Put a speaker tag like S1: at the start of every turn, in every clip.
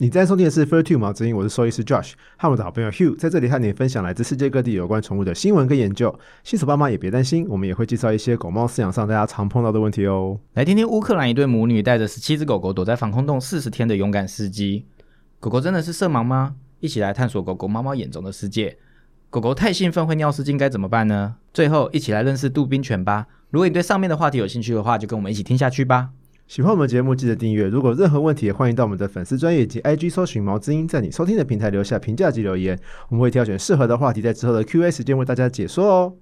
S1: 你在收听的是 Fur Two 毛之音，我是兽医师 Josh 和我的好朋友 Hugh，在这里和你分享来自世界各地有关宠物的新闻跟研究。新手爸妈也别担心，我们也会介绍一些狗猫饲养上大家常碰到的问题哦。
S2: 来听听乌克兰一对母女带着十七只狗狗躲在防空洞四十天的勇敢事迹。狗狗真的是色盲吗？一起来探索狗狗、猫猫眼中的世界。狗狗太兴奋会尿失禁该怎么办呢？最后一起来认识杜宾犬吧。如果你对上面的话题有兴趣的话，就跟我们一起听下去吧。
S1: 喜欢我们节目，记得订阅。如果有任何问题，也欢迎到我们的粉丝专业及 IG 搜寻毛之音，在你收听的平台留下评价及留言，我们会挑选适合的话题，在之后的 Q&A 时间为大家解说哦。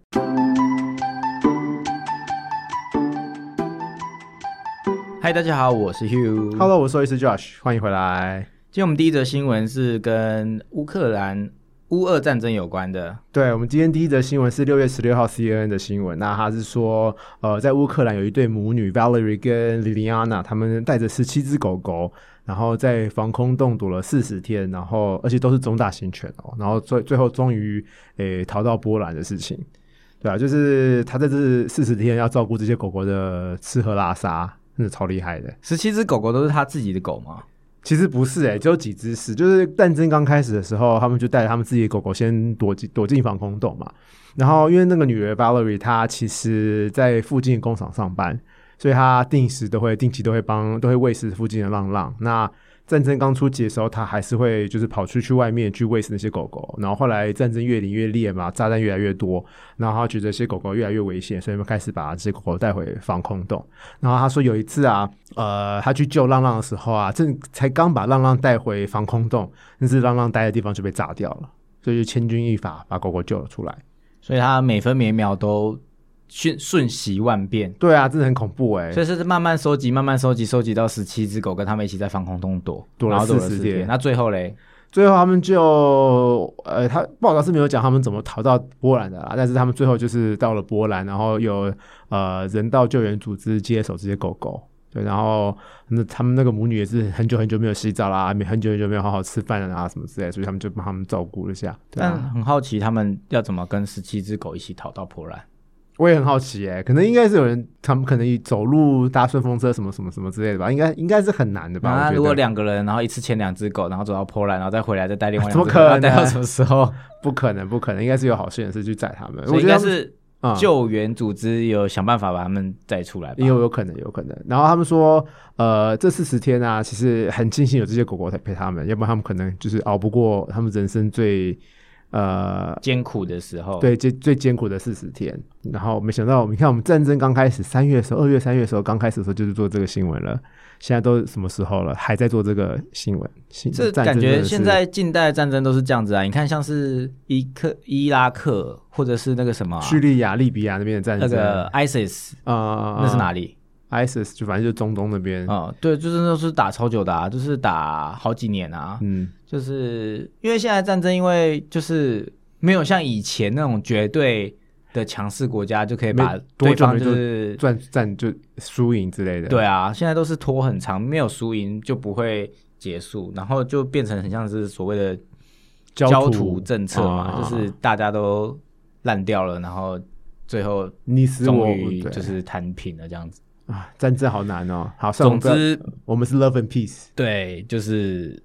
S2: 嗨，大家好，我是 Hugh。
S1: Hello，我是兽医师 Josh，欢迎回来。
S2: 今天我们第一则新闻是跟乌克兰乌俄战争有关的。
S1: 对我们今天第一则新闻是六月十六号 CNN 的新闻，那他是说，呃，在乌克兰有一对母女 Valerie 跟 Liliana，他们带着十七只狗狗，然后在防空洞躲了四十天，然后而且都是中大型犬哦，然后最最后终于诶逃到波兰的事情，对啊，就是他在这四十天要照顾这些狗狗的吃喝拉撒，真的超厉害的。
S2: 十七只狗狗都是他自己的狗吗？
S1: 其实不是诶、欸只有几只是，就是战争刚开始的时候，他们就带着他们自己的狗狗先躲进躲进防空洞嘛。然后因为那个女儿 Valerie 她其实在附近的工厂上班，所以她定时都会定期都会帮都会喂食附近的浪浪。那战争刚初期的时候，她还是会就是跑出去外面去喂食那些狗狗。然后后来战争越演越烈嘛，炸弹越来越多，然后她觉得这些狗狗越来越危险，所以他们开始把这些狗狗带回防空洞。然后他说有一次啊，呃，他去救浪浪的时候啊，正才刚把浪浪带回防空洞，那只浪浪待的地方就被炸掉了，所以就千钧一发把狗狗救了出来。
S2: 所以它每分每秒都瞬瞬息万变。
S1: 对啊，真的很恐怖哎、
S2: 所以是慢慢收集，慢慢收集，收集到十七只狗，跟他们一起在防空洞躲，
S1: 躲了
S2: 然后躲了
S1: 40
S2: 四
S1: 天
S2: 天。那最后嘞，
S1: 最后他们就呃，他报道是没有讲他们怎么逃到波兰的啦，但是他们最后就是到了波兰，然后有呃人道救援组织接手这些狗狗。对，然后那他们那个母女也是很久很久没有洗澡啦，没很久很久没有好好吃饭啊什么之类的，所以他们就帮他们照顾了一下。对啊
S2: 但很好奇他们要怎么跟十七只狗一起逃到波兰。
S1: 我也很好奇耶、可能应该是有人，他们可能走路搭顺风车什么什么什么之类的吧，应该应该是很难的吧？我
S2: 那
S1: 觉得
S2: 啊如果两个人，然后一次牵两只狗，然后走到波兰，然后再回来，再带另外
S1: 怎
S2: 两
S1: 么
S2: 只
S1: 可
S2: 狗，
S1: 能啊
S2: 要带到什么时候？
S1: 不可能，不可能，应该是有好心人士去载他们。
S2: 所
S1: 我
S2: 以
S1: 觉得
S2: 应该
S1: 他们
S2: 是
S1: 嗯
S2: 救援组织有想办法把他们载出来吧。
S1: 有有可能，有可能。然后他们说，呃，这四十天啊，其实很庆幸有这些狗狗在陪他们，要不然他们可能就是熬不过他们人生最呃
S2: 艰苦的时候，，
S1: 对最最艰苦的四十天。然后没想到，你看我们战争刚开始，三月的时候，二月、三月的时候刚开始的时候就是做这个新闻了，现在都什么时候了，还在做这个新闻？新
S2: 这
S1: 战争
S2: 感
S1: 真
S2: 觉
S1: 的是
S2: 现在近代战争都是这样子啊。你看，像是伊克、伊拉克，或者是那个什么啊、
S1: 叙利亚、利比亚那边的战
S2: 那
S1: 争，
S2: 个 ISIS，
S1: 呃，
S2: 那是哪里？
S1: ？ISIS 就反正就中东那边，
S2: 嗯，对，就是那是打超久的、啊，就是打好几年啊，
S1: 嗯，
S2: 就是因为现在战争，因为就是没有像以前那种绝对的强势国家就可以把
S1: 没多
S2: 对
S1: 久没
S2: 方
S1: 就
S2: 就是
S1: 战战就输赢之类的，
S2: 对啊，现在都是拖很长，没有输赢就不会结束，然后就变成很像是所谓的
S1: 焦
S2: 焦
S1: 土
S2: 土政策嘛，
S1: 啊
S2: 就是大家都烂掉了，然后最后
S1: 你死我
S2: 终
S1: 我，
S2: 于
S1: 对
S2: 就是摊平了这样子。
S1: 啊，战争好难哦。好，算
S2: 总
S1: 我们
S2: 之
S1: 不，要我们是 love and peace，
S2: 对，就是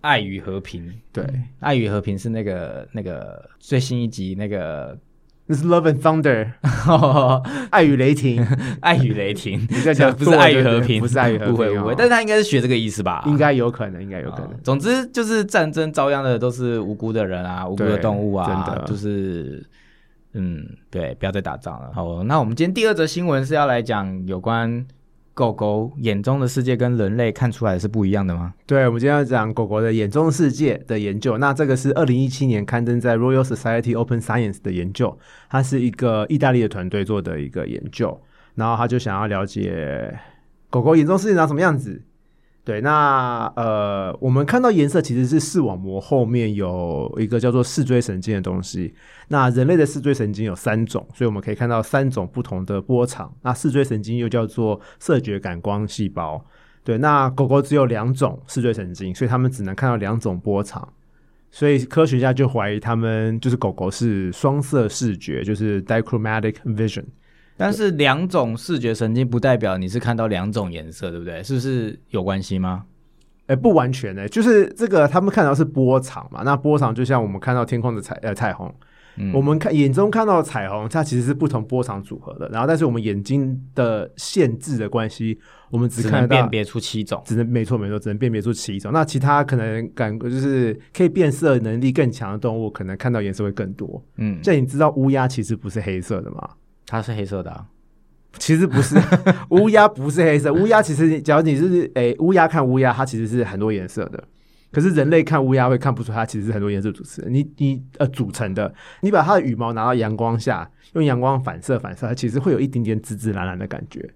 S2: 爱与和平。
S1: 对，
S2: 《爱与和平》是那个那个最新一集那个
S1: 那是 love and thunder，
S2: 《
S1: 爱与雷 霆，
S2: 爱与雷霆》，
S1: 你在讲
S2: 不是《爱与和
S1: 对对对
S2: 平》，
S1: 不是爱与和平
S2: 误会
S1: 哦
S2: 误会，但是他应该是学这个意思吧？
S1: 应该有可能，应该有可
S2: 啊
S1: 能。
S2: 总之就是战争遭殃的都是无辜的人啊，无辜
S1: 对
S2: 的动物
S1: 真
S2: 啊
S1: 的，
S2: 就是嗯，对，不要再打仗了。好，那我们今天第二则新闻是要来讲有关狗狗眼中的世界跟人类看出来是不一样的吗？
S1: 对，我们今天要讲狗狗的眼中世界的研究。那这个是二零一七年刊登在 Royal Society Open Science 的研究，它是一个意大利的团队做的一个研究，然后他就想要了解狗狗眼中世界长什么样子。对，那呃，我们看到颜色其实是视网膜后面有一个叫做视锥神经的东西。那人类的视锥神经有三种，所以我们可以看到三种不同的波长。那视锥神经又叫做色觉感光细胞。对，那狗狗只有两种视觉神经，所以它们只能看到两种波长，所以科学家就怀疑它们就是狗狗是双色视觉，就是 dichromatic vision。
S2: 但是两种视觉神经不代表你是看到两种颜色，对不对？是不是有关系吗？
S1: 哎，不完全呢、就是这个他们看到是波长嘛，那波长就像我们看到天空的彩呃彩虹，
S2: 嗯
S1: 我们看眼中看到的彩虹，它其实是不同波长组合的，然后但是我们眼睛的限制的关系，我们只
S2: 只
S1: 看
S2: 能
S1: 得
S2: 辨
S1: 到。
S2: 别出七种。
S1: 只能没错没错，只能辨别出其一种。那其他可能感就是可以变色能力更强的动物，可能看到颜色会更多。
S2: 嗯，
S1: 这你知道乌鸦其实不是黑色的吗？
S2: 它是黑色的、啊，
S1: 其实不是，乌鸦不是黑色。乌鸦其实，假如你是诶，乌鸦看乌鸦，它其实是很多颜色的。可是人类看乌鸦会看不出它其实是很多颜色组成，你你呃组成的，你把它的羽毛拿到阳光下，用阳光反射反射，它其实会有一点点紫紫蓝蓝的感觉。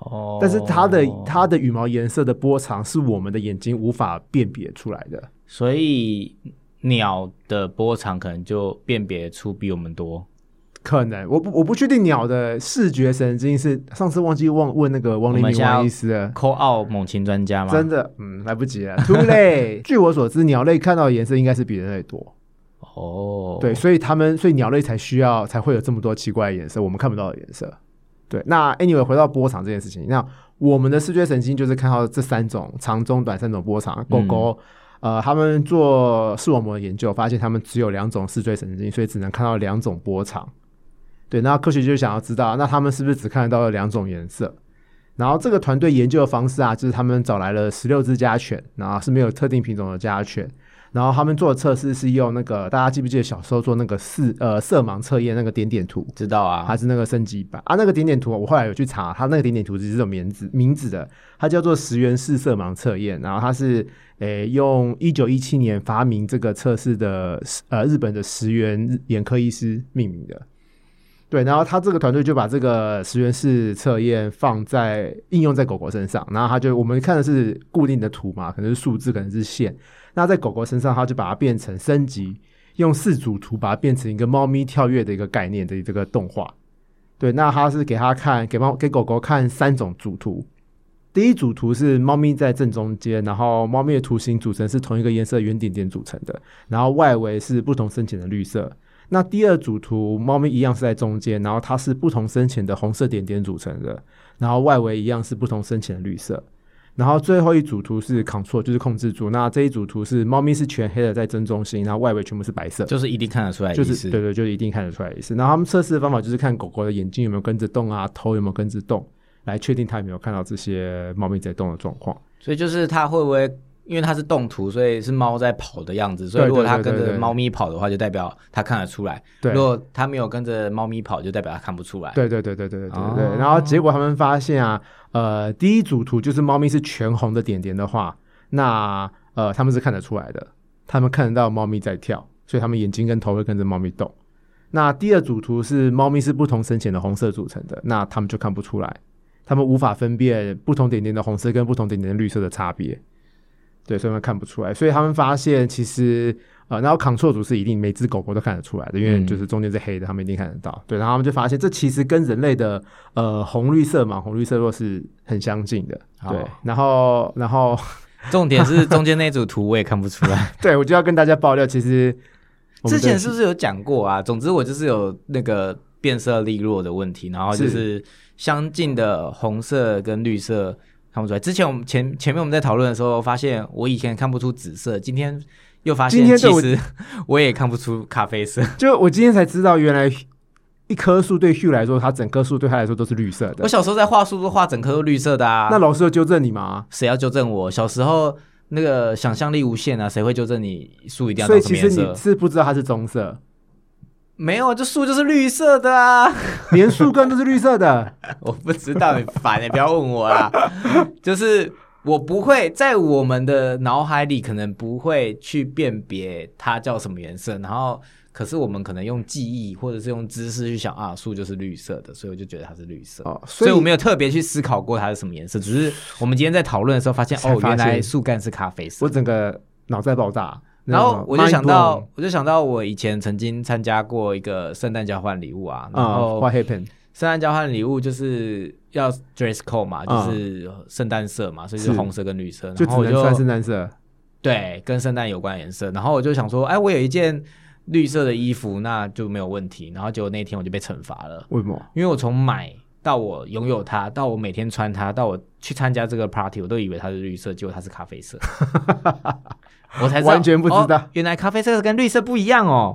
S2: 哦，
S1: 但是它的它的羽毛颜色的波长是我们的眼睛无法辨别出来的。
S2: 所以鸟的波长可能就辨别出比我们多。
S1: 可能我不我不确定鸟的视觉神经是上次忘记问问那个汪黎
S2: 我们
S1: 明
S2: 现在
S1: 王
S2: 要
S1: 医师了。
S2: 扣奥猛禽专家嘛，
S1: 真的，嗯，来不及了，too late。据我所知，鸟类看到的颜色应该是比人类多，
S2: 哦，
S1: 对，，所以它们，所以鸟类才需要，才会有这么多奇怪的颜色，我们看不到的颜色。对，那 anyway，回到波长这件事情，那我们的视觉神经就是看到这三种长、中、短三种波长。狗狗，呃，他们做视网膜的研究，发现他们只有两种视觉神经，所以只能看到两种波长。对，那科学就想要知道，那他们是不是只看得到有两种颜色？然后这个团队研究的方式啊，就是他们找来了十六只家犬，然后是没有特定品种的家犬，然后他们做的测试是用那个大家记不记得小时候做那个视呃色盲测验那个点点图，
S2: 知道啊
S1: 还，是那个升级版啊？那个点点图我后来有去查，它那个点点图其实是有名字名字的，它叫做十元式色盲测验，然后它是诶、用一九一七年发明这个测试的呃日本的石原眼科医师命名的。对，然后他这个团队就把这个十元式测验放在应用在狗狗身上，然后他就我们看的是固定的图嘛，可能是数字，可能是线。那在狗狗身上，他就把它变成升级，用四组图把它变成一个猫咪跳跃的一个概念的这个动画。对，那他是给他看，给猫给狗狗看三种主图。第一组图是猫咪在正中间，然后猫咪的图形组成是同一个颜色圆点点组成的，然后外围是不同深浅的绿色。那第二组图，猫咪一样是在中间，然后它是不同深浅的红色点点组成的，然后外围一样是不同深浅的绿色。然后最后一组图是 Ctrl，就是控制住。那这一组图是猫咪是全黑的在正中心，然后外围全部是白色。
S2: 就是一定看得出来
S1: 就
S2: 意
S1: 是
S2: 思。
S1: 对对，就一定看得出来意思。然后他们测试的方法就是看狗狗的眼睛有没有跟着动啊，头有没有跟着动，来确定它有没有看到这些猫咪在动的状况。
S2: 所以就是它会不会，因为它是动图，所以是猫在跑的样子，所以
S1: 对
S2: 如果它
S1: 对
S2: 跟
S1: 对
S2: 着
S1: 对
S2: 猫咪跑的话，就代表它看得出来；
S1: 对
S2: 如，果它没有跟着猫咪跑，就代表它看不出来。
S1: 对对对对对对对对
S2: 哦
S1: 对。然后结果他们发现啊，呃，第一组图就是猫咪是全红的点点的话，那呃他们是看得出来的，他们看得到猫咪在跳，所以他们眼睛跟头会跟着猫咪动。那第二组图是猫咪是不同深浅的红色组成的，那他们就看不出来，他们无法分辨不同点点的红色跟不同点点的绿色的差别。对，所以他们看不出来，所以他们发现其实呃，然后 Ctrl 组是一定每只狗狗都看得出来的，因为
S2: 嗯
S1: 就是中间是黑的，他们一定看得到。对，然后他们就发现这其实跟人类的呃红绿色盲、红绿色弱是很相近的。
S2: 哦
S1: 对，然后然后
S2: 重点是中间那组图我也看不出来。
S1: 对我就要跟大家爆料，其实我们
S2: 之
S1: 真的
S2: 前是不是有讲过啊？总之我就是有那个变色力弱的问题，然后就是相近的红色跟绿色看不出来。之前我们前前面我们在讨论的时候，发现我以前看不出紫色，今天又发现
S1: 今天
S2: 其
S1: 对我
S2: 实我也看不出咖啡 色。
S1: 就我今天才知道，原来一棵树对 Hugh 来说，它整棵树对他来说都是绿色
S2: 我
S1: 的。
S2: 小时候在画树都画整棵都绿色的啊，
S1: 那老师有纠正你吗？
S2: 谁要纠正我？小时候那个想象力无限啊，谁会纠正你树一定要
S1: 所
S2: 长
S1: 以
S2: 什么
S1: 其实
S2: 颜色
S1: 你？是不知道它是棕色，
S2: 没有，这树就是绿色的啊。
S1: 连树根都是绿色的。
S2: 我不知道，你烦，你不要问我啦。就是我不会在我们的脑海里，可能不会去辨别它叫什么颜色，然后可是我们可能用记忆或者是用知识去想啊，树就是绿色的，所以我就觉得它是绿色。
S1: 哦，
S2: 所
S1: 所以
S2: 我没有特别去思考过它是什么颜色，只是我们今天在讨论的时候发现，
S1: 才
S2: 哦，
S1: 发
S2: 原
S1: 现
S2: 来树干是咖啡色
S1: 我。整个脑袋爆炸。
S2: 然后我就想
S1: 嗯
S2: 到，我就想到我以前曾经参加过一个圣诞交换礼物啊，然后
S1: What happened？
S2: 圣诞交换礼物就是要 dress code 嘛，就是圣诞色嘛，所以就是
S1: 是
S2: 红色跟绿色，
S1: 嗯就只
S2: 然后我
S1: 能穿
S2: 就
S1: 圣诞色。
S2: 对跟圣诞有关的颜色，然后我就想说，哎，我有一件绿色的衣服，那就没有问题，然后结果那天我就被惩罚了，
S1: 为什么？
S2: 因为我从买到我拥有它，到我每天穿它，到我去参加这个 party，我都以为它是绿色，结果它是咖啡 色。我才知道
S1: 完全不知道
S2: 哦原来咖啡色跟绿色不一样哦。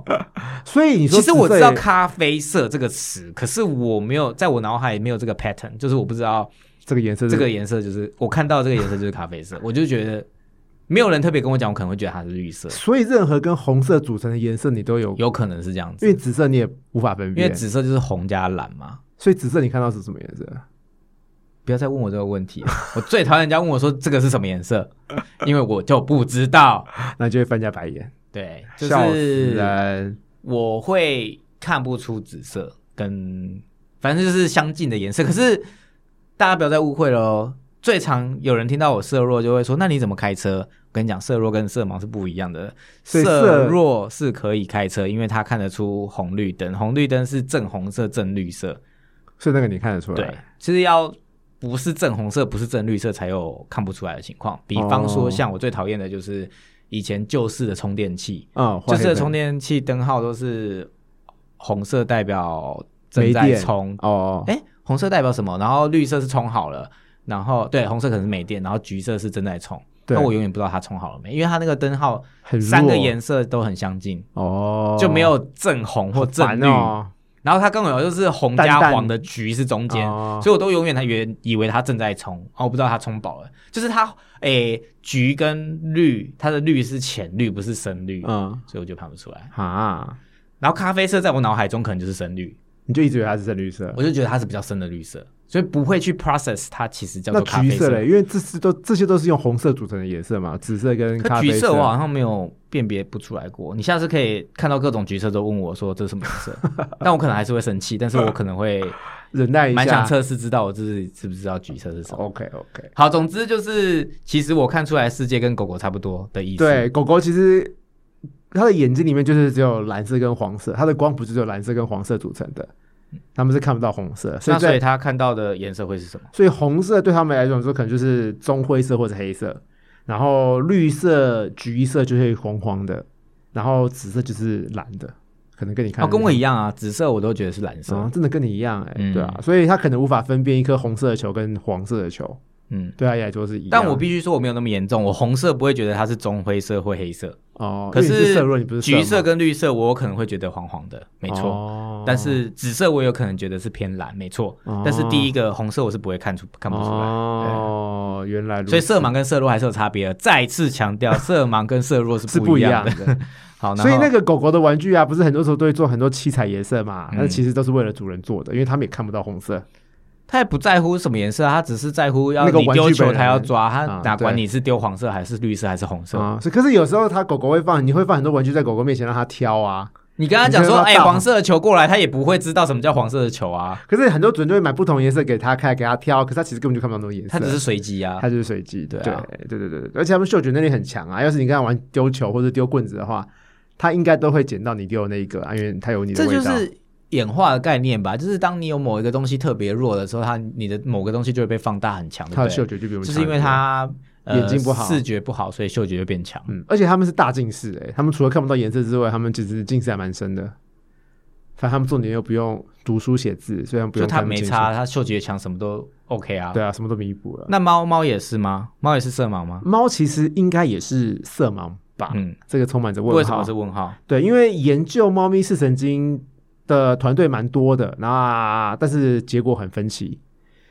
S1: 所以你说，
S2: 其实我知道“咖啡色”这个词，可是我没有在我脑海里没有这个 pattern，就是我不知道
S1: 这个颜色是
S2: 这个颜色就是我看到这个颜色就是咖啡色，我就觉得没有人特别跟我讲，我可能会觉得它是绿色，
S1: 所以任何跟红色组成的颜色你都有，
S2: 有可能是这样子
S1: 因，为紫色你也无法分
S2: 因为
S1: 辨，
S2: 紫色就是红加蓝嘛。
S1: 所以紫色你看到是什么颜色？
S2: 不要再问我这个问题了， 我最讨厌人家问我说这个是什么颜色，因为我就不知道。
S1: 那你就会翻一下白眼，
S2: 对，就
S1: 笑死
S2: 是
S1: 人。
S2: 我会看不出紫色跟反正就是相近的颜色，可是大家不要再误会喽。最常有人听到我色弱就会说：“那你怎么开车？”我跟你讲，色弱跟色盲是不一样的。
S1: 所以色
S2: 色弱是可以开车，因为他看得出红绿灯，红绿灯是正红色、正绿色。
S1: 所以那个你看得出来。
S2: 对，其实要不是正红色，不是正绿色，才有看不出来的情况。比方
S1: 哦
S2: 说，像我最讨厌的就是以前旧式的充电器，
S1: 嗯，
S2: 旧
S1: 就
S2: 式
S1: 是
S2: 的充电器灯号都是红色代表正在充，
S1: 哦，
S2: 哎，红色代表什么？然后绿色是充好了，然后对，红色可能是没电，然后橘色是正在充。
S1: 对
S2: 那我永远不知道它充好了没，因为它那个灯号
S1: 很弱
S2: 三个颜色都很相近，
S1: 哦，
S2: 就没有正红或正
S1: 烦
S2: 绿。
S1: 哦。
S2: 然后它刚好就是红加黄的橘是中间，
S1: 淡淡哦
S2: 所以我都永远还以为以为它正在冲，哦，我不知道它冲饱了，就是它诶橘跟绿，它的绿是浅绿不是深绿，
S1: 嗯，
S2: 所以我就判不出来。
S1: 哈，
S2: 然后咖啡色在我脑海中可能就是深绿，
S1: 你就一直以为它是深绿色。
S2: 我就觉得它是比较深的绿色，所以不会去 process 它其实叫
S1: 那
S2: 做咖
S1: 橘
S2: 啡
S1: 色嘞，因为这是都这些都是用红色组成的颜色嘛，紫色跟
S2: 可
S1: 咖啡
S2: 橘色我好像没有辨别不出来过，你下次可以看到各种橘色都问我说这是什么颜 色，但我可能还是会生气，但是我可能会
S1: 忍耐一
S2: 蛮想
S1: 下。
S2: 测试知道我自己知不知道橘色是什么。
S1: OK OK，
S2: 好，总之就是，其实我看出来世界跟狗狗差不多的意思。
S1: 对，狗狗其实它的眼睛里面就是只有蓝色跟黄色，它的光谱就只有蓝色跟黄色组成的，它们是看不到红色，所以
S2: 那所以
S1: 在
S2: 它看到的颜色会是什么？
S1: 所以红色对他们来讲说可能就是棕灰色或者黑色，然后绿色、橘色就会黄黄的，然后紫色就是蓝的，可能跟你看
S2: 哦，
S1: 的
S2: 跟我一样啊，紫色我都觉得是蓝色。
S1: 啊，真的跟你一样哎、
S2: 嗯
S1: 对啊，所以他可能无法分辨一颗红色的球跟黄色的球，
S2: 嗯，
S1: 对他来说是一样。
S2: 但我必须说我没有那么严重，我红色不会觉得它是棕灰色或黑色，
S1: 哦，
S2: 可
S1: 因为你色弱，你不是
S2: 橘色
S1: 色吗，
S2: 跟绿色我有可能会觉得黄黄的，没错。
S1: 哦
S2: 但是紫色我有可能觉得是偏蓝，没错。
S1: 哦
S2: 但是第一个红色我是不会看出看不出来，
S1: 哦，原来如此，
S2: 所以色盲跟色弱还是有差别的。再次强调，色盲跟色弱是
S1: 是
S2: 不
S1: 不
S2: 一
S1: 一
S2: 样
S1: 样
S2: 的。
S1: 的。
S2: 好，然
S1: 所以
S2: 后
S1: 那个狗狗的玩具啊，不是很多时候都会做很多七彩颜色嘛？
S2: 嗯
S1: 那、其实都是为了主人做的，因为他们也看不到红色。
S2: 他也不在乎什么颜色，他只是在乎要
S1: 那个
S2: 你
S1: 玩具
S2: 丢球
S1: 本人
S2: 他要抓，他
S1: 啊
S2: 哪管
S1: 对
S2: 你是丢黄色还是绿色还是红色。
S1: 啊、所以可是有时候它狗狗会放，你会放很多玩具在狗狗面前让它挑啊。
S2: 你跟他讲
S1: 你
S2: 说，
S1: 觉得他
S2: 哎、
S1: 大吗
S2: 黄色的球过来，他也不会知道什么叫黄色的球啊，
S1: 可是很多主人就会买不同颜色给它看，给它挑，可是它其实根本就看不到那种颜色。
S2: 他只是随机啊
S1: 它。就是随机，
S2: 对
S1: 对
S2: 啊
S1: 对对对对，而且它们嗅觉能力很强啊。要是你跟它玩丢球或者丢棍子的话，它应该都会捡到你丢的那一个啊，因为它有你的
S2: 这
S1: 味
S2: 就
S1: 道。
S2: 是演化的概念吧，就是当你有某一个东西特别弱的时候，它你的某个东西就会被放大很强，对
S1: 它
S2: 不
S1: 的嗅
S2: 对？
S1: 觉就比我们
S2: 就
S1: 强
S2: 是因为它、呃、
S1: 眼睛不好
S2: 视觉不好，所以嗅觉就变强。
S1: 很多，嗯，而且它们是大近视哎、欸，它们除了看不到颜色之外，它们其实近视还蛮深的。反正它们重点又不用读书写字，所以它们不
S2: 就
S1: 用
S2: 它
S1: 看那么
S2: 没
S1: 清楚
S2: 差，，它嗅觉强，什么都 OK 啊。
S1: 对啊，什么都弥补了。
S2: 那猫猫也是吗？猫也是色盲吗？
S1: 猫其实应该也是色盲吧？
S2: 嗯，
S1: 这个充满着问号。
S2: 为什么是问号？
S1: 对，因为研究猫咪视神经的团队蛮多的，那但是结果很分歧。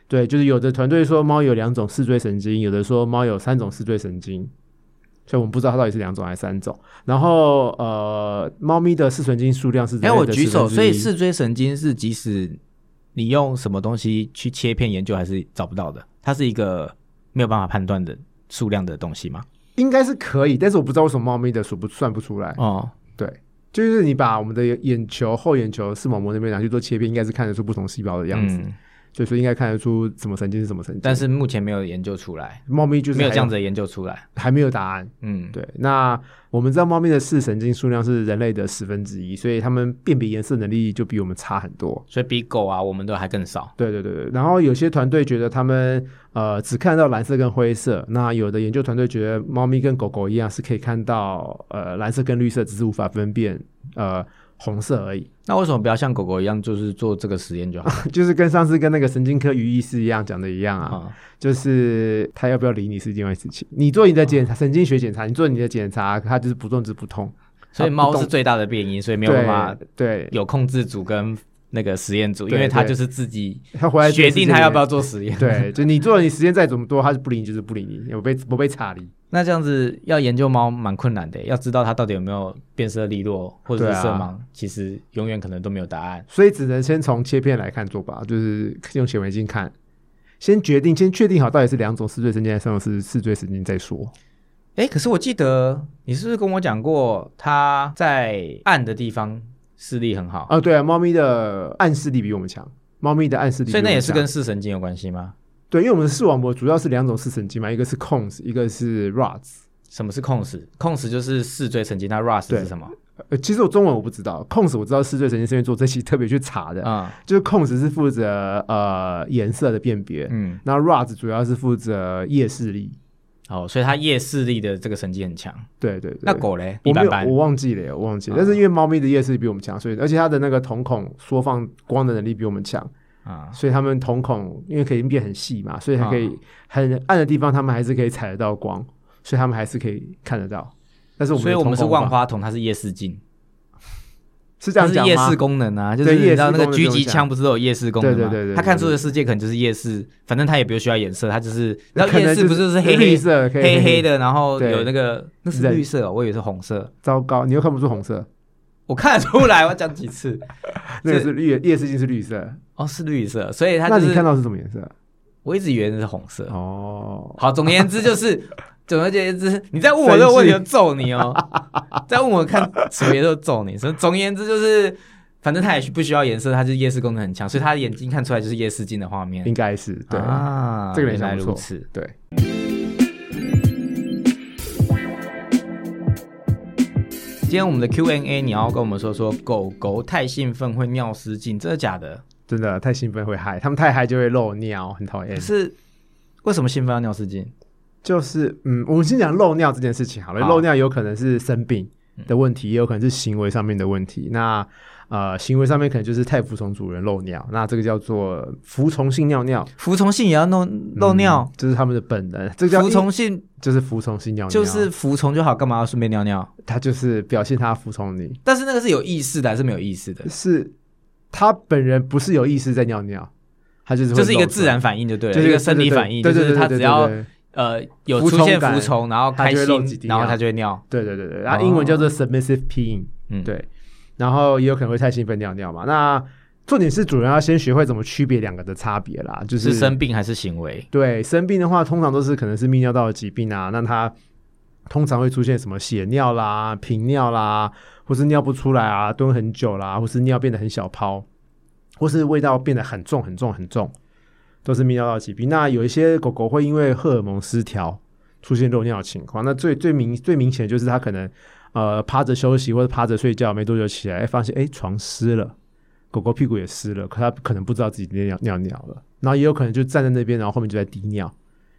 S1: 对，就是有的团队说猫有两种视锥神经，有的说猫有三种视锥神经，所以我们不知道它到底是两种还是三种。然后呃，猫咪的视神经数量是
S2: 哎、
S1: 人类
S2: 我
S1: 的
S2: 举
S1: 10
S2: 手，
S1: 分之
S2: 所以
S1: 一
S2: 视锥神经是即使你用什么东西去切片研究，还是找不到的。它是一个没有办法判断的数量的东西吗？
S1: 应该是可以，但是我不知道为什么猫咪的数不算不出来。
S2: 哦，
S1: 对，就是你把我们的眼球、后眼球、视网膜那边拿去做切片，应该是看得出不同细胞的样子，
S2: 嗯，
S1: 所以说应该看得出什么神经是什么神经。
S2: 但是目前没有研究出来，
S1: 猫咪就是
S2: 没有这样
S1: 子，
S2: 子的研究出来。
S1: 还没有答案。
S2: 嗯，
S1: 对，那我们知道猫咪的视神经数量是人类的十分之一，所以它们辨别颜色能力就比我们差很多。
S2: 所以比狗啊，我们都还更少。
S1: 对对对对，然后有些团队觉得它们呃只看到蓝色跟灰色，那有的研究团队觉得猫咪跟狗狗一样是可以看到呃蓝色跟绿色，只是无法分辨呃红色而已，
S2: 那为什么不要像狗狗一样，就是做这个实验就 好了
S1: 就是跟上次跟那个神经科于医师一样讲的一样啊，
S2: 啊？
S1: 就是他要不要理你是另外事情。你做你的检
S2: 啊
S1: 查，神经学检查，你做你的检查，它就是不动之不痛，
S2: 所
S1: 它
S2: 以
S1: 不
S2: 猫
S1: 动
S2: 是最大的变因，所以没有办法
S1: 对，对
S2: 有控制组跟那个实验组，
S1: 对
S2: 因为它
S1: 对
S2: 就是自己
S1: 它回来
S2: 决定它要不要
S1: 要。
S2: 做实验。
S1: 对，就你做了你时间再怎么多，它是不理你就是不理你，我被我被查理。
S2: 那这样子要研究猫蛮困难的，要知道它到底有没有变色利落或者
S1: 对
S2: 是
S1: 啊
S2: 色盲，其实永远可能都没有答案。
S1: 所以只能先从切片来看做吧，就是用显微镜看，先决定，先确定好到底是两种视锥神经还是三种视视锥神经再说。
S2: 哎，可是我记得你是不是跟我讲过，它在暗的地方视力很好，
S1: 哦，对啊，猫咪的暗视力比我们强，猫咪的暗视力比
S2: 所
S1: 我
S2: 以那
S1: 们强，
S2: 也是跟视神经有关系吗？
S1: 对，因为我们的视网膜主要是两种视神经嘛，一个是 cons，一个是 rods。
S2: 什么是控时？控时就是视锥神经，那 RAS
S1: 对
S2: 是什么？
S1: 呃，其实我中文我不知道，cons 我知道视锥神经是因为做这期特别去查的，
S2: 嗯
S1: 就是 cons 是负责呃颜色的辨别，
S2: 嗯，
S1: 那 rods 主要是负责夜视力。
S2: 哦，所以它夜视力的这个神经很强。
S1: 对对对，
S2: 那狗嘞，一
S1: 我没
S2: 般
S1: 有，
S2: 般
S1: 我。忘记了耶，我忘记了。
S2: 啊
S1: 但是因为猫咪的夜视力比我们强，所以而且它的那个瞳孔缩放光的能力比我们强，
S2: 啊、
S1: 所以它们瞳孔因为可以变很细嘛，所以它可以很暗的地方，它们还是可以采得到光，所以它们还是可以看得到。但是我们
S2: 所以我们是万
S1: 万，
S2: 花筒，它是夜视镜，
S1: 是这
S2: 它
S1: 样
S2: 是
S1: 讲
S2: 夜
S1: 吗
S2: 视？功能啊，就是
S1: 对
S2: 你知道
S1: 夜视
S2: 那
S1: 功能
S2: 个狙击
S1: 这样
S2: 枪不是都有夜视功能吗？
S1: 对对对对对
S2: 它看出的世界可能就是夜视，反正它也不需要颜色，它就是然后
S1: 可
S2: 夜
S1: 能
S2: 视不就是黑
S1: 绿
S2: 黑
S1: 色，可以
S2: 黑黑
S1: 的，
S2: 的，然后
S1: 对
S2: 有那个那是
S1: 人
S2: 绿色、哦，我以为是红色，
S1: 糟糕，你又看不出红色，
S2: 我看得出来，我讲几次
S1: 那个
S2: 是
S1: 是绿夜视镜是绿色，
S2: 哦是绿色，所以它
S1: 那
S2: 就
S1: 你看
S2: 是
S1: 到是什么颜色？
S2: 我一直以为那是红色。
S1: 哦，
S2: 好，总而言 之就是。总而言之，你再问我这个问题就揍你哦！再问我看什么颜色就揍你。所以总而言之就是，反正它也不需要颜色，它就是夜视功能很强，所以它的眼睛看出来就是夜视镜的画面
S1: 应。该是对，
S2: 啊，
S1: 这个联
S2: 原
S1: 想
S2: 来
S1: 不
S2: 如
S1: 错
S2: 此。
S1: 对，
S2: 今天我们的 Q&A 你要跟我们说说，狗狗太兴奋会尿失禁，真的假的？
S1: 真的太兴奋会嗨，他们太嗨就会漏尿，很讨厌
S2: 可。是为什么兴奋要尿失禁？
S1: 就是嗯，我们先讲漏尿这件事情好了。
S2: 好嗯
S1: 漏尿有可能是生病的问题，也有可能是行为上面的问题。那呃，行为上面可能就是太服从主人漏尿，那这个叫做服从性尿尿。
S2: 服从性也要弄漏尿？
S1: 嗯这是他们的本能，这个叫
S2: 服从性
S1: 就是服从性尿尿，
S2: 就是服从就好，干嘛要顺便尿尿？
S1: 他就是表现他服从你，
S2: 但是那个是有意识的还是没有意识的？
S1: 是他本人不是有意识在尿尿，他就是会
S2: 就是一个
S1: 漏出
S2: 自
S1: 来，
S2: 然反应就对了，
S1: 就是
S2: 一个生理反应，
S1: 对
S2: 就
S1: 对
S2: 是
S1: 对
S2: 它
S1: 对对
S2: 只要
S1: 对
S2: 呃有
S1: 服
S2: 出现
S1: 从感
S2: 服从，然后
S1: 它
S2: 开
S1: 就会漏
S2: 心
S1: 几，滴
S2: 然后
S1: 尿
S2: 它就会尿。
S1: 对对对对，然后英文叫做 submissive peeing，、
S2: 嗯，，
S1: 对，然后也有可能会太兴奋尿尿嘛。那重点是主人要先学会怎么区别两个的差别啦，就是
S2: 是生病还是行为？
S1: 对生病的话，通常都是可能是泌尿道的疾病啊，那它通常会出现什么血尿啦、频尿啦，或是尿不出来啊、蹲很久啦，或是尿变得很小泡，或是味道变得很重、很重、很重，都是泌尿道疾病。那有一些狗狗会因为荷尔蒙失调出现漏尿的情况，那最最明最明显就是它可能呃趴着休息或者趴着睡觉，没多久起来，哎发现哎床湿了。狗狗屁股也湿了，可它可能不知道自己尿尿尿了，然后也有可能就站在那边，然后后面就在滴尿。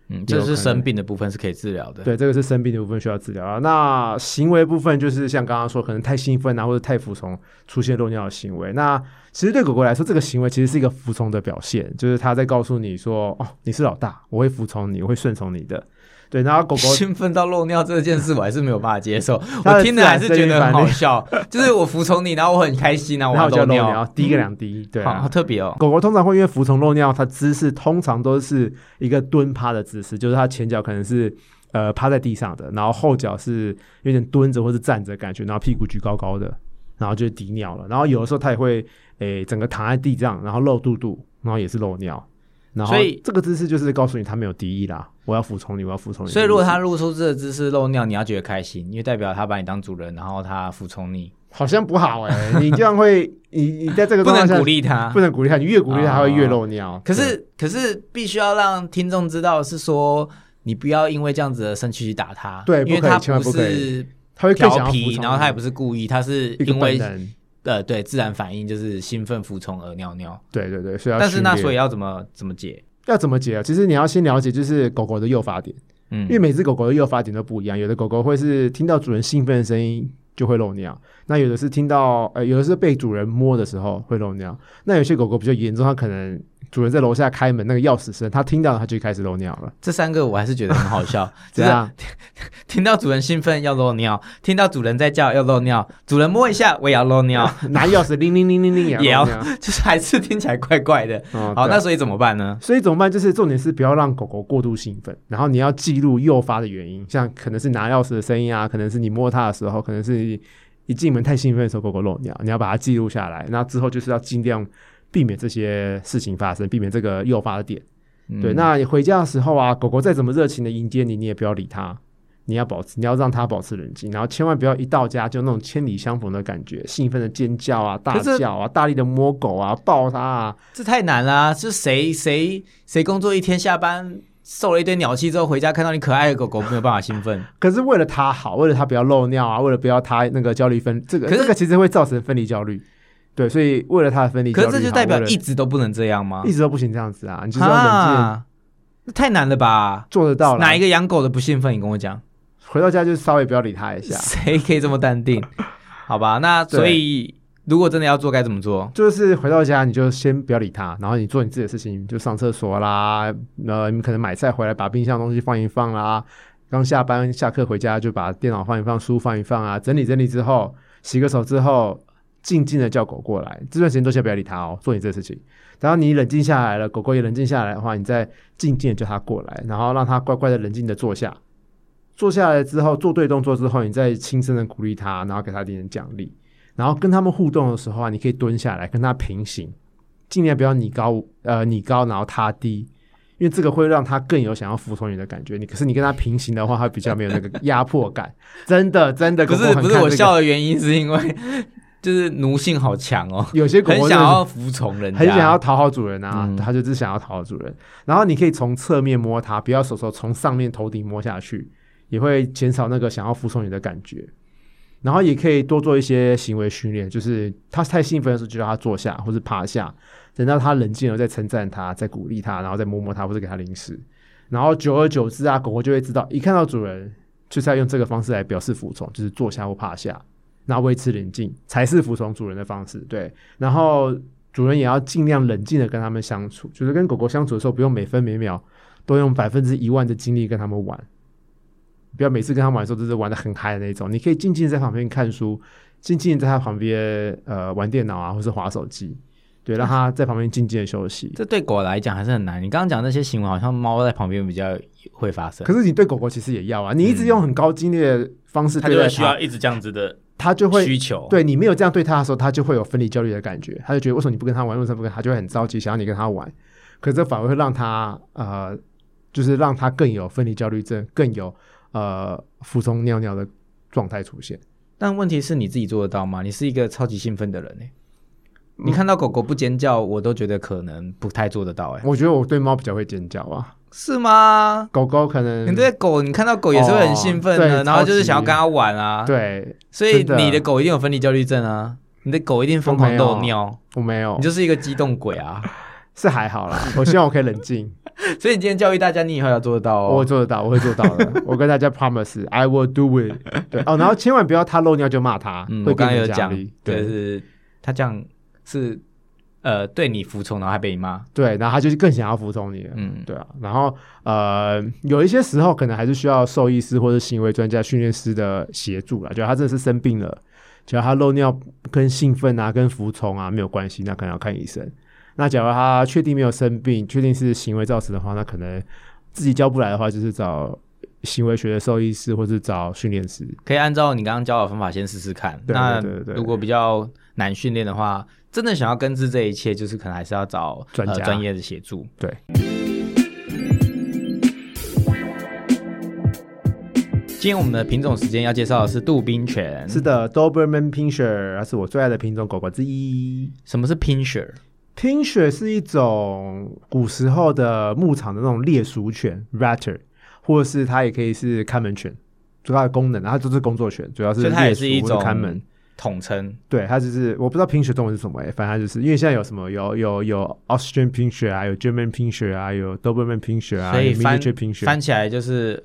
S2: 嗯，
S1: 有
S2: 这
S1: 可
S2: 是
S1: 能
S2: 生病的部分是可以治疗的。
S1: 对，这个是生病的部分需要治疗啊。那行为部分就是像刚刚说，可能太兴奋啊，或者太服从，出现漏尿的行为。那其实对狗狗来说，这个行为其实是一个服从的表现，就是它在告诉你说，哦，你是老大，我会服从你，我会顺从你的。对，然后 狗狗
S2: 兴奋到漏尿这件事，我还是没有办法接受。
S1: 它
S2: 我
S1: 的
S2: 听
S1: 自
S2: 了还
S1: 然
S2: 是
S1: 生
S2: 觉
S1: 理
S2: 得很
S1: 反
S2: 好
S1: 应
S2: 笑，就是我服从你，然后我很开心，然后
S1: 然后
S2: 我
S1: 就漏
S2: 尿嗯
S1: 尿，，滴个两滴， 对、
S2: 好好
S1: 啊。
S2: 特别哦。
S1: 狗狗通常会因为服从漏尿，它姿势通常都是一个蹲趴的姿势，就是它前脚可能是呃趴在地上的，然后后脚是有点蹲着或是站着的感觉，然后屁股举高高的，然后就滴尿了。然后有的时候它也会诶、整个躺在地上，然后露肚肚，然后也是漏尿。然后
S2: 所以
S1: 这个姿势就是告诉你它没有敌意啦，我要服从你，我要服 从你的意思。
S2: 所以如果它露出这个姿势漏尿，你要觉得开心，因为代表它把你当主人，然后它服从你，
S1: 好像不好哎、你这样会你你在这个
S2: 不
S1: 状
S2: 能
S1: 况下
S2: 鼓励它
S1: 不。能鼓励它，你越鼓励它，它会越
S2: 哦
S1: 漏尿。
S2: 可
S1: 对
S2: 是可是必须要让听众知道是说，你不要因为这样子的生气去打它，
S1: 对
S2: 因为
S1: 不可以
S2: 它
S1: 千万不可
S2: 是
S1: 它会更想要
S2: 调
S1: 服
S2: 皮，
S1: 从
S2: 然后它也
S1: 你
S2: 不是故意，它是
S1: 一个
S2: 因
S1: 本
S2: 为
S1: 能。
S2: 呃对自然反应就是兴奋服从而尿尿。
S1: 对对对，所以要
S2: 但是那
S1: 训练
S2: 所以要怎么怎么解？
S1: 要怎么解啊？其实你要先了解，就是狗狗的诱发点，
S2: 嗯
S1: 因为每只狗狗的诱发点都不一样。有的狗狗会是听到主人兴奋的声音就会漏尿，那有的是听到，呃，有的是被主人摸的时候会漏尿，那有些狗狗比较严重，它可能主人在楼下开门，那个钥匙声，它听到了它就开始漏尿了，
S2: 这三个我还是觉得很 好笑，
S1: 这
S2: 就是
S1: 样
S2: 啊听到主人兴奋要漏尿，听到主人在叫要漏尿，主人摸一下我也要漏尿，
S1: 拿钥匙铃铃铃铃铃 也
S2: 也
S1: 要
S2: 要
S1: 漏尿。
S2: 就是还是听起来怪怪的。
S1: 哦
S2: 好，
S1: 对
S2: 那所以怎么办呢？
S1: 所以怎么办？就是重点是不要让狗狗过度兴奋，然后你要记录诱发的原因，像可能是拿钥匙的声音啊，可能是你摸它的时候，可能是一进门太兴奋的时候狗狗漏尿，你要把它记录下来。那之后就是要尽量避免这些事情发生，避免这个诱发的点。
S2: 嗯
S1: 对，那你回家的时候啊，狗狗再怎么热情的迎接你，你也不要理它。你要保持，你要让它保持冷静，然后千万不要一到家就那种千里相逢的感觉，兴奋的尖叫啊、大
S2: 可是
S1: 叫啊、大力的摸狗啊、抱它啊，
S2: 这太难啦、是谁谁谁工作一天下班受了一堆鸟气之后回家看到你可爱的狗狗没有办法兴 奋？
S1: 可是为了它好，为了它不要漏尿啊，为了不要它那个焦虑分，这个
S2: 可是
S1: 这个其实会造成分离焦虑。对，所以为了它的分离焦
S2: 可
S1: 虑
S2: 是
S1: 好，
S2: 这就代表
S1: 为了
S2: 一直都不能这样吗
S1: 一？直都不行这样子 啊，你就是要冷静
S2: 啊，那太难了吧？
S1: 做得到啦
S2: 哪一个养狗的不兴奋？你跟我讲，
S1: 回到家就稍微不要理它一下，
S2: 谁可以这么 淡定？好吧，那
S1: 对
S2: 所以如果真的要做，该怎么做？
S1: 就是回到家你就先不要理它，然后你做你自己的事情，就上厕所啦，呃，你可能买菜回来把冰箱的东西放一放啦，刚下班下课回家就把电脑放一放，书放一放啊，整理整理之后，洗个手之后，静静的叫狗过来，这段时间都先不要理它哦，做你这事情。然后你冷静下来了，狗狗也冷静下来的话，你再静静的叫它过来，然后让它乖乖的冷静的坐下。坐下来之后，做对动作之后，你再轻声的鼓励它，然后给它一点点奖励。然后跟它们互动的时候啊，你可以蹲下来跟它平行，尽量不要你高呃你高然后它低，因为这个会让它更有想要服从你的感觉。你可是你跟它平行的话，它比较没有那个压迫感。真的真的，
S2: 不
S1: 狗狗
S2: 是
S1: 很
S2: 不是，
S1: 看
S2: 我
S1: 这个
S2: 笑的原因是因为 就是奴性好强哦，
S1: 有些狗
S2: 很
S1: 狗真
S2: 想
S1: 的是
S2: 要服从人家，
S1: 很想要讨好主人啊，
S2: 嗯
S1: 它就是想要讨好主人。然后你可以从侧面摸它，不要手手从上面头顶摸下去，也会减少那个想要服从你的感觉。然后也可以多做一些行为训练，就是它太兴奋的时候就让它坐下或是趴下，等到它冷静了再称赞它，再鼓励它，然后再摸摸它或者给它零食。然后久而久之啊，狗狗就会知道，一看到主人就是要用这个方式来表示服从，就是坐下或趴下，那维持冷静才是服从主人的方式。对，然后主人也要尽量冷静的跟他们相处，就是跟狗狗相处的时候，不用每分每秒都用百分之一万的精力跟他们玩，不要每次跟他们玩的时候都是玩的很嗨的那种。你可以静静在旁边看书，静静在他旁边呃玩电脑啊，或是划手机，对，让他在旁边静静的休息。
S2: 这对狗来讲还是很难。你刚刚讲那些行为，好像猫在旁边比较会发生，
S1: 可是你对狗狗其实也要啊，你一直用很高精力的方式
S3: 它
S1: 对
S3: 就
S1: 待
S3: 会需
S1: 它，
S3: 要一直这样子的
S1: 它就会
S3: 需求。，
S1: 对你没有这样对他的时候，他就会有分离焦虑的感觉，他就觉得为什么你不跟他玩，为什么不跟他，他就会很着急，想要你跟他玩。可是这反而会让他呃，就是让他更有分离焦虑症，更有呃服从尿尿的状态出现。
S2: 但问题是你自己做得到吗？你是一个超级兴奋的人呢、你看到狗狗不尖叫，我都觉得可能不太做得到哎、
S1: 我觉得我对猫比较会尖叫啊，
S2: 是吗？
S1: 狗狗可能
S2: 你对狗，你看到狗也是会很兴奋的，
S1: 哦对
S2: 然后就是想要跟它玩啊。，
S1: 对
S2: 所以
S1: 真的
S2: 你的狗一定有分离焦虑症啊，你的狗一定疯狂
S1: 我
S2: 漏
S1: 没有
S2: 尿，
S1: 我没有
S2: 你，就是一个激动鬼啊。
S1: 是还好啦。我希望我可以冷静，
S2: 所以你今天教育大家，你以后要做得到
S1: 我
S2: 哦。
S1: 做得到，我会做到的。我跟大家 promise I will do it 对。哦，然后千万不要他漏尿就骂他，
S2: 嗯，
S1: 会
S2: 我刚刚
S1: 变本
S2: 有
S1: 加
S2: 讲
S1: 厉，
S2: 就
S1: 对
S2: 是他这样是呃对你服从，然后还被你骂。
S1: 对，然后他就是更想要服从你了。
S2: 嗯，
S1: 对啊，然后呃，有一些时候可能还是需要兽医师或者行为专家、训练师的协助啦。就他真的是生病了，只要他漏尿跟兴奋啊、跟服从啊没有关系，那可能要看医生。那假如他确定没有生病，确定是行为造成的话，那可能自己教不来的话，就是找行为学的兽医师或是找训练师。
S2: 可以按照你刚刚教的方法先试试看。
S1: 对
S2: 那
S1: 对对对
S2: 如果比较难训练的话，真的想要根治这一切，就是可能还是要找
S1: 专
S2: 呃
S1: 家
S2: 专业的协助。
S1: 对。
S2: 今天我们的品种时间要介绍的是杜宾犬。
S1: 是的，Doberman Pinscher 它是我最爱的品种狗狗之一。
S2: 什么是 Pinscher？
S1: 拼雪是一种古时候的牧场的那种猎鼠犬 （ratter），或者是它也可以是看门犬，主要的功能，它就是工作犬，主要是
S2: 所以它也是
S1: 猎
S2: 一
S1: 鼠或
S2: 种
S1: 者看门。
S2: 统称。
S1: 对，它就是我不知道拼雪中文是什么哎、反正它就是因为现在有什么有有有 Austrian 拼雪啊，有 German 拼雪啊，有 Doberman 拼雪啊，
S2: 所以
S1: 有
S2: 翻
S1: Miniature 拼雪，
S2: 翻起来就是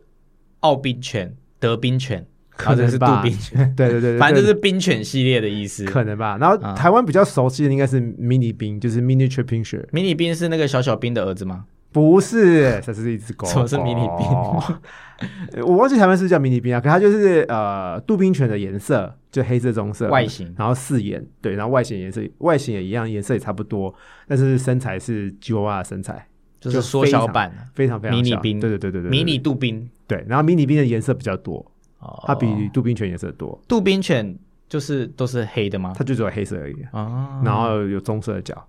S2: 奥宾犬、德宾犬，然后这个是
S1: 可能吧
S2: 杜宾犬，
S1: 对对对对，
S2: 反
S1: 对
S2: 正就是冰犬系列的意思。
S1: 可能吧。然后
S2: 啊
S1: 台湾比较熟悉的应该是 mini 冰，就是 miniature pincher，
S2: 迷你冰是那个小小冰的儿子吗？
S1: 不是，它是一只狗狗。
S2: 什么是迷你冰
S1: 呃 我忘记台湾是不是叫迷你冰啊，可它就是呃杜宾犬的颜色，就黑色、棕色
S2: 外形
S1: 然后四眼，对，然后外形颜色外形也一样，颜色也差不多，但是身材是吉娃娃的身材，
S2: 就是缩小版
S1: 非常非常
S2: 迷你
S1: 小
S2: 冰
S1: 对对对对对，对
S2: 迷你杜宾。
S1: 对，然后迷你冰的颜色比较多，
S2: 哦
S1: 它比杜宾犬颜色多，
S2: 杜宾犬就是都是黑的吗？
S1: 它就只有黑色而已，
S2: 哦，
S1: 然后有棕色的脚。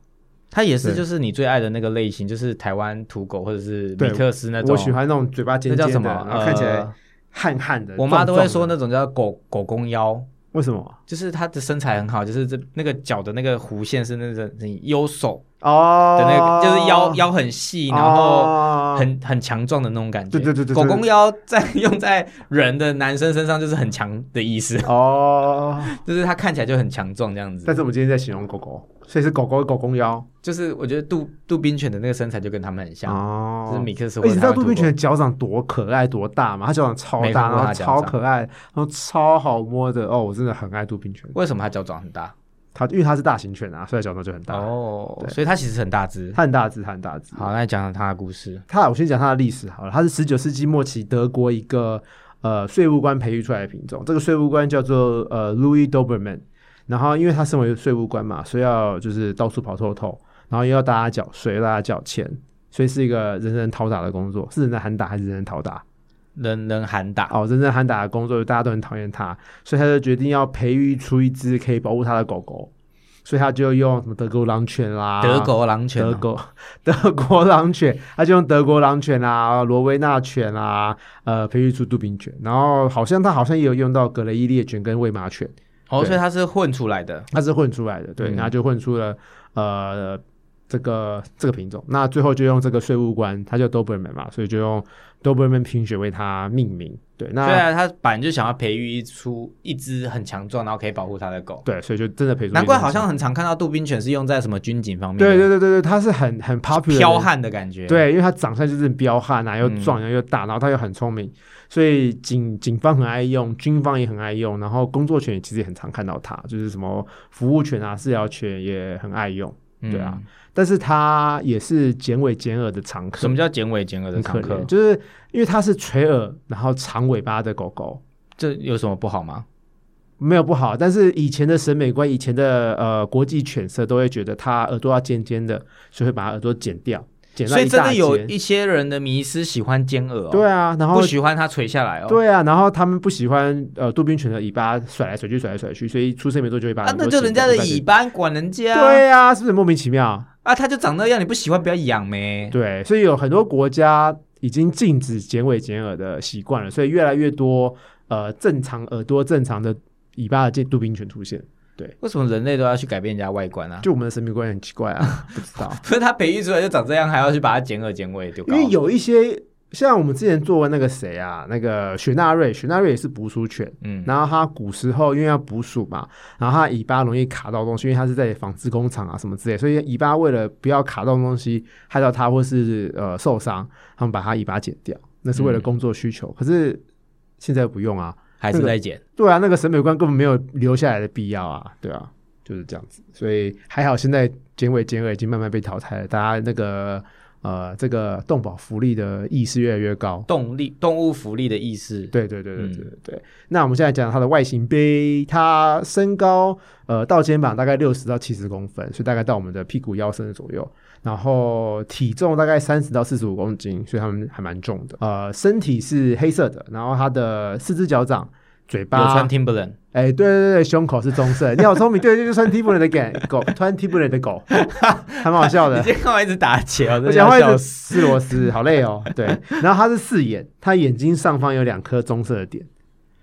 S2: 它也是
S1: 对
S2: 就是你最爱的那个类型，就是台湾土狗或者是米
S1: 对
S2: 克斯那种。
S1: 我喜欢那种嘴巴尖
S2: 那
S1: 尖
S2: 叫
S1: 的，
S2: 什么？
S1: 然后看起来
S2: 呃
S1: 憨憨的。
S2: 我妈都会
S1: 壮
S2: 说
S1: 壮的
S2: 那种叫狗狗公腰，
S1: 为什么？
S2: 就是它的身材很好，就是这那个脚的那个弧线是那种很优手
S1: 哦
S2: 的那个，就是腰，腰很细，然后
S1: 哦
S2: 很、很强壮的那种感觉。
S1: 对对对对对
S2: 狗公腰在用在人的男生身上就是很强的意思，
S1: 哦。
S2: 就是它看起来就很强壮这样子
S1: 但。是我们今天在形容狗狗，所以是狗狗狗公腰
S2: 就是我觉得杜杜宾犬的那个身材就跟他们很像，
S1: 哦
S2: 就。是米克斯
S1: 而
S2: 或
S1: 且你
S2: 者
S1: 知
S2: 台
S1: 道
S2: 湾
S1: 杜
S2: 土
S1: 宾犬
S2: 狗。
S1: 的脚掌多可爱多大吗？它脚掌超
S2: 没看
S1: 大，
S2: 过
S1: 然后
S2: 它脚
S1: 超
S2: 掌
S1: 可爱，然后超好摸的哦！我真的很爱杜宾犬，
S2: 为什么它脚掌很大？
S1: 它因为它是大型犬啊，所以脚掌就很大，
S2: 哦，
S1: 对
S2: 所以它其实很大只。
S1: 它很大只，它很大只。
S2: 好，那讲讲它的故事。
S1: 它我先讲它的历史好了，它是十九世纪末期德国一个呃税务官培育出来的品种，这个税务官叫做呃 Louis Doberman，然后因为他身为税务官嘛，所以要就是到处跑透透，然后又要大家缴税，又要大家缴钱，所以是一个人人讨打的工作，是人人喊打还是人人讨打？
S2: 人人喊打，
S1: 哦，人人喊打的工作，大家都很讨厌他，所以他就决定要培育出一只可以保护他的狗狗，所以他就用什么德国狼犬啦，
S2: 德国狼犬
S1: 啊德
S2: 哦、
S1: 国 德国狼犬，他就用德国狼犬啊、罗威纳犬啊，呃，培育出杜宾犬。然后好像他好像也有用到格雷伊猎犬跟喂马犬，
S2: 哦，
S1: 对
S2: 所以它是混出来的。
S1: 它是混出来的，对，
S2: 嗯
S1: 然后就混出了呃这个这个品种。那最后就用这个税务官，他叫 Doberman 嘛，所以就用 Doberman 拼血为它命名。对，那
S2: 虽然它本来就想要培育一出一只很强壮，然后可以保护它的狗。
S1: 对，所以就真的培育。
S2: 难怪好像。很常看到杜宾犬是用在什么军警方面，
S1: 对对，对对对，它是很很 popular 的
S2: 彪悍的感觉。，
S1: 对，因为他长相就是很彪悍啊，又
S2: 嗯
S1: 壮，然后又大，然后他又很聪明，所以警警方很爱用，军方也很爱用，然后工作犬也其实也很常看到它，就是什么服务犬啊、饲疗犬也很爱用，
S2: 嗯
S1: 对啊。但是它也是剪尾剪耳的常客，
S2: 什么叫剪尾剪耳的
S1: 很可
S2: 常客
S1: 怜？？就是因为它是垂耳然后长尾巴的狗狗。
S2: 这有什么不好吗？
S1: 没有不好，但是以前的审美观，以前的呃国际犬舍都会觉得它耳朵要尖尖的，所以会把它耳朵剪掉，剪到
S2: 所以
S1: 一
S2: 真
S1: 大
S2: 的有
S1: 截。
S2: 一些人的迷失喜欢尖耳哦，
S1: 对啊，然后
S2: 不喜欢它垂下来哦。
S1: 对啊，然后他们不喜欢呃杜宾犬的尾巴甩来甩去，甩来甩去，所以出生没多久就会把
S2: 啊
S1: 很，多
S2: 那
S1: 剪掉、
S2: 就人家的
S1: 就把它
S2: 尾巴管人
S1: 剪
S2: 家。
S1: 掉。对啊，是不是莫名其妙？
S2: 啊，它就长那样，你不喜欢不要养呗。
S1: 对，所以有很多国家已经禁止剪尾剪耳的习惯了，所以越来越多呃正常耳朵正常的尾巴的这杜宾犬出现。
S2: 为什么人类都要去改变人家外观啊？
S1: 就我们的审美观很奇怪 啊，不知道，
S2: 不是它培育出来就长这样，还要去把它剪耳剪尾丢高？
S1: 因为有一些像我们之前做过那个谁啊，那个雪纳瑞，雪纳瑞也是捕鼠犬。
S2: 嗯，
S1: 然后它古时候因为要捕鼠嘛，然后它尾巴容易卡到东西，因为它是在纺织工厂啊什么之类，所以尾巴为了不要卡到东西，害到它或是呃受伤，他们把它尾巴剪掉，那是为了
S2: 嗯
S1: 工作需求。可是现在不用啊，
S2: 还是在剪。
S1: 对啊，那个审美观根本没有留下来的必要啊，对啊，就是这样子。所以还好现在剪尾剪尾已经慢慢被淘汰了，大家那个呃这个动保福利的意识越来越高。
S2: 动力动物福利的意思。
S1: 对对对对对
S2: 嗯
S1: 对对。那我们现在讲它的外形呗，它身高呃到肩膀大概六十到七十公分，所以大概到我们的屁股腰身左右。然后体重大概三十到四十五公斤，所以它们还蛮重的。呃，身体是黑色的，然后它的四肢脚掌。嘴
S2: 有
S1: 巴
S2: 穿，Timberland，
S1: 哎、对对对，胸口是棕色。你好聪明，对，就是穿 Timberland 的狗，狗穿 Timberland 的狗，还蛮好笑的
S2: 你。今天干嘛一直打 结哦？
S1: 我
S2: 真的
S1: 讲
S2: 啊
S1: 话
S2: 要
S1: 一
S2: 笑
S1: 直
S2: 死。
S1: 吃螺丝，好累哦。对，然后它是四眼，它眼睛上方有两颗棕色的点。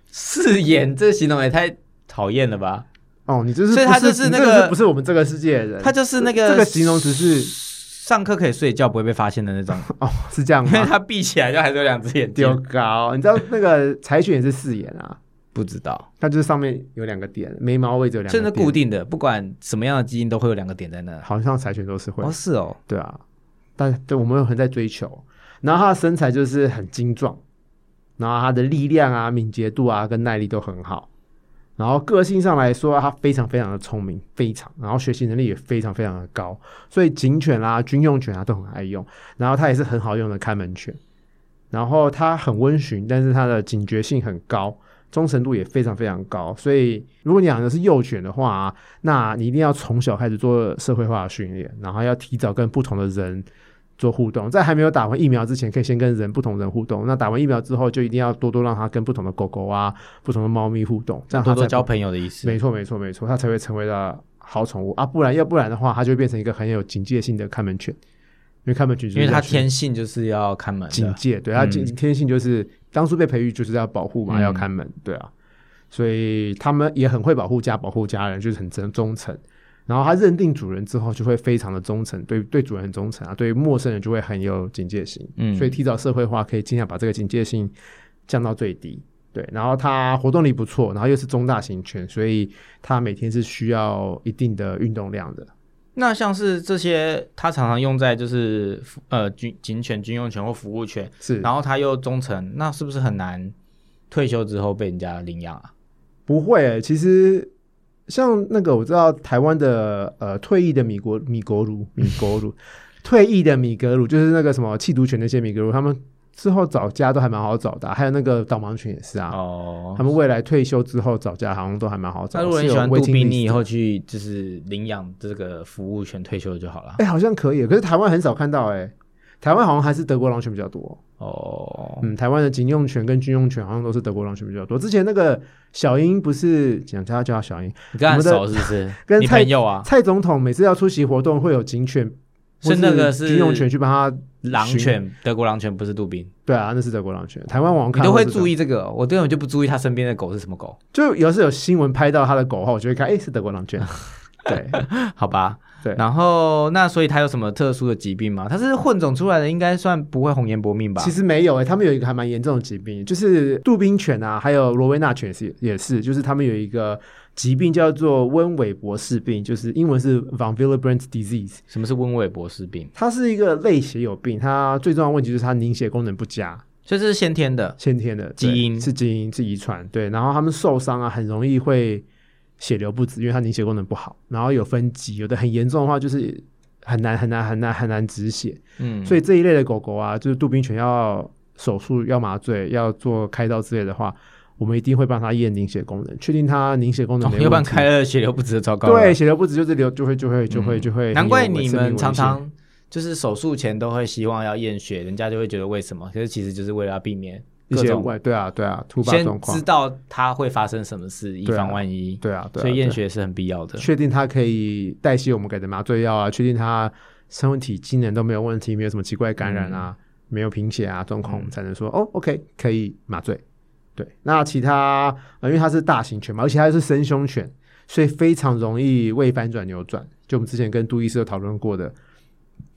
S2: 四眼这形容也太讨厌了吧？
S1: 哦，你就是不，
S2: 所以他就是
S1: 你
S2: 那
S1: 真的
S2: 个
S1: 是不是我们这个世界的人？
S2: 他就是那个
S1: 这个形容词是
S2: 上课可以睡觉不会被发现的那种，
S1: 哦，是这样
S2: 因为
S1: 吗？
S2: 他闭起来就还是有两只眼
S1: 丢
S2: 睛。
S1: 高，你知道那个柴犬也是四眼啊，
S2: 不知道，
S1: 它就是上面有两个点，眉毛位置有两个
S2: 真
S1: 点，
S2: 的固定的，不管什么样的基因都会有两个点在那。
S1: 好像柴犬都是会
S2: 哦，，是哦，
S1: 对啊，但对我们有很在追求。然后它的身材就是很精壮，然后它的力量啊、敏捷度啊跟耐力都很好。然后个性上来说，它非常非常的聪明，非常，然后学习能力也非常非常的高，所以警犬啦、军用犬啊都很爱用。然后它也是很好用的看门犬，然后它很温驯，但是它的警觉性很高，忠诚度也非常非常高。所以如果你养的是幼犬的话、啊，那你一定要从小开始做社会化的训练，然后要提早跟不同的人做互动，在还没有打完疫苗之前，可以先跟人不同人互动。那打完疫苗之后，就一定要多多让它跟不同的狗狗啊、不同的猫咪互动，这样它
S2: 多
S1: 才
S2: 多
S1: 不
S2: 交朋友的意思。
S1: 没错，没错，没错，它才会成为了好宠物啊！不然，要不然的话，它就会变成一个很有警戒性的看门犬，因为看门犬就是
S2: 因为它
S1: 要去
S2: 天性就是要看门
S1: 警
S2: 的，
S1: 戒，对它
S2: 嗯
S1: 警天性就是当初被培育就是要保护嘛，
S2: 嗯
S1: 要看门，对啊，所以他们也很会保护家、保护家人，就是很忠忠诚。然后它认定主人之后，就会非常的忠诚，对对主人很忠诚啊，对陌生人就会很有警戒心。
S2: 嗯
S1: 所以提早社会化可以尽量把这个警戒性降到最低。对，然后它活动力不错，然后又是中大型犬，所以它每天是需要一定的运动量的。
S2: 那像是这些，它常常用在就是服呃军警犬、军用犬或服务犬，
S1: 是，
S2: 然后它又忠诚，那是不是很难退休之后被人家领养啊？
S1: 不会欸、其实像那个我知道台湾的呃退役的米国米国鲁 米国鲁退役的米格鲁，就是那个什么弃毒犬那些米格鲁，他们之后找家都还蛮好找的啊、还有那个导盲犬也是啊。
S2: 哦
S1: 他，们未来退休之后找家好像都还蛮好找
S2: 那
S1: 的。
S2: 如果你
S1: 是
S2: 喜
S1: 有
S2: 欢杜
S1: waiting
S2: 宾，
S1: list
S2: 你以
S1: 的
S2: 后去就是领养这个服务犬退休就好了。
S1: 哎、好像可以，可是台湾很少看到哎、台湾好像还是德国狼犬比较多。
S2: 哦，
S1: 嗯，台湾的警用犬跟军用犬好像都是德国狼犬比较多。之前那个小英不是讲叫他叫他小英，
S2: 你跟他很
S1: 我
S2: 熟是不是？
S1: 跟
S2: 你
S1: 蔡
S2: 朋友啊，
S1: 蔡总统每次要出席活动会有警犬，
S2: 是那个
S1: 或
S2: 是
S1: 军用犬去帮他。
S2: 狼
S1: 巡
S2: 犬、德国狼犬不是杜宾，
S1: 对啊，那是德国狼犬。台湾网
S2: 你
S1: 看
S2: 都会
S1: 是这样
S2: 注，意这个哦、我根本就不注意他身边的狗是什么狗，
S1: 就有时有新闻拍到他的狗后，我就会看，哎、是德国狼 犬。对，
S2: 好吧？
S1: 对
S2: 然后 那所以它有什么特殊的疾病吗？它是混种出来的，应该算不会红颜薄命吧？
S1: 其实没有诶、他们有一个还蛮严重的疾病，就是杜宾犬啊，还有罗威纳犬是也是，就是他们有一个疾病叫做温韦伯氏病，就是英文是 von Willebrand disease。
S2: 什么是温韦博士病？
S1: 它是一个类血友病，它最重要的问题就是它凝血功能不佳，
S2: 所以这是先天的，
S1: 先天的
S2: 基
S1: 对
S2: 因
S1: 是基因是遗传，对。然后他们受伤啊，很容易会血流不止，因为它凝血功能不好。然后有分级，有的很严重的话就是很难很难很难很难止血。
S2: 嗯，
S1: 所
S2: 以
S1: 以这一类的狗狗啊，就是杜宾犬要手术、要麻醉、要做开刀之类的话，我们一定会帮它验凝血功能，确定它凝血功能没
S2: 哦要不
S1: 问
S2: 然
S1: 题。
S2: 开了血流不止的糟糕了。
S1: 对，血流不止就是流，就会就会就会
S2: 嗯
S1: 就会很有生命危险。
S2: 难怪你们常常就是手术前都会希望要验血，人家就会觉得为什么？可是其实就是为了要避免
S1: 一
S2: 各
S1: 些
S2: 种
S1: 外对啊对啊突发状
S2: 先
S1: 况
S2: 知，道它会发生什么事，以
S1: 对啊
S2: 防万一。
S1: 对啊对啊，
S2: 所以验
S1: 对啊
S2: 血是很必要的。
S1: 确定它可以代谢我们给的麻醉药啊，确定它身体机能都没有问题，没有什么奇怪感染
S2: 嗯
S1: 啊，没有贫血啊状况，我们才能说哦，OK 可以麻醉。对，那其他、呃因为它是大型犬嘛，而且它是深胸犬，所以非常容易胃翻转扭转。就我们之前跟杜医师有讨论过的，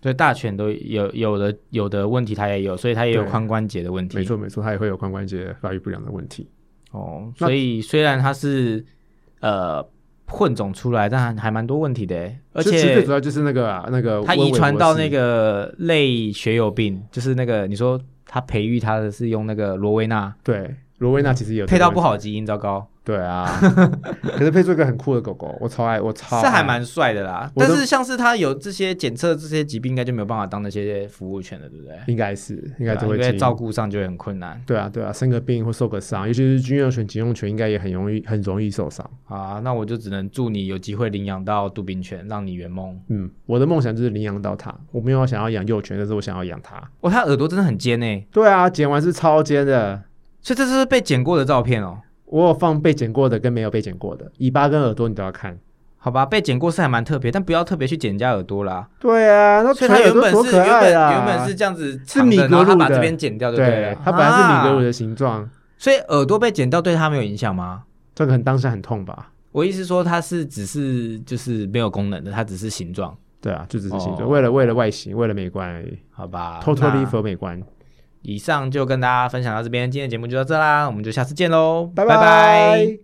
S2: 所以大犬都有有的有的问题，它也有，所以它也有
S1: 对
S2: 髋关节的问题。
S1: 没错没错，它也会有髋关节发育不良的问题。
S2: 哦，
S1: 那
S2: 所以虽然它是呃混种出来，但还还蛮多问题的耶，而
S1: 其实最
S2: 且
S1: 主要就是那个、啊、那个
S2: 它
S1: 温
S2: 遗
S1: 韦
S2: 传
S1: 伯
S2: 到
S1: 氏
S2: 那个类血友病，就是那个你说它培育它的是用那个罗威纳
S1: 对罗威纳其实也有这
S2: 配
S1: 个
S2: 到
S1: 问
S2: 不
S1: 题
S2: 好的基因，糟糕，
S1: 对啊， 可是配出一个很酷的狗狗，我超爱我超
S2: 是还
S1: 爱
S2: 蛮帅的啦。
S1: 我
S2: 但
S1: 都
S2: 是像是它有这些检测这些疾病，应该就没有办法当那些服务犬了，对不对？
S1: 应该是，应
S2: 应
S1: 该都会
S2: 因为
S1: 进
S2: 照顾上就会很困难
S1: 对啊，对啊，生个病或受个伤，尤其是军用犬、警用犬，应该也很容易很容易受伤。
S2: 啊。那我就只能祝你有机会领养到杜宾犬，让你圆梦。
S1: 嗯，我的梦想就是领养到它，我没有想要养幼犬，但是我想要养它。
S2: 哇，它耳朵真的很尖诶、
S1: 对啊，剪完是超尖的，
S2: 所以这是被剪过的照片哦。
S1: 我有放被剪过的跟没有被剪过的，尾巴跟耳朵你都要看。
S2: 好吧，被剪过是还蛮特别，但不要特别去剪人家耳朵啦。
S1: 对啊，那
S2: 所以
S1: 它
S2: 它原本
S1: 多
S2: 是
S1: 可
S2: 原
S1: 爱
S2: 本
S1: 啊！
S2: 原本是这样子
S1: 是
S2: 长
S1: 米
S2: 的，
S1: 格
S2: 然后它
S1: 鲁
S2: 把
S1: 的
S2: 这边剪掉就
S1: 对
S2: 了。，
S1: 它本来是米格鲁
S2: 啊，
S1: 的形状，
S2: 所以耳朵被剪掉对它没有影响吗？
S1: 这个很当下很痛吧？
S2: 我意思说它是只是就是没有功能的，它只是形状，
S1: 对啊，就只是形状，
S2: 哦
S1: 为了为了外形，为了美观而已，
S2: 好吧？
S1: 偷偷
S2: 那
S1: 利佛美观。
S2: 以上就跟大家分享到这边，今天的节目就到这啦，我们就下次见喽，
S1: 拜
S2: 拜拜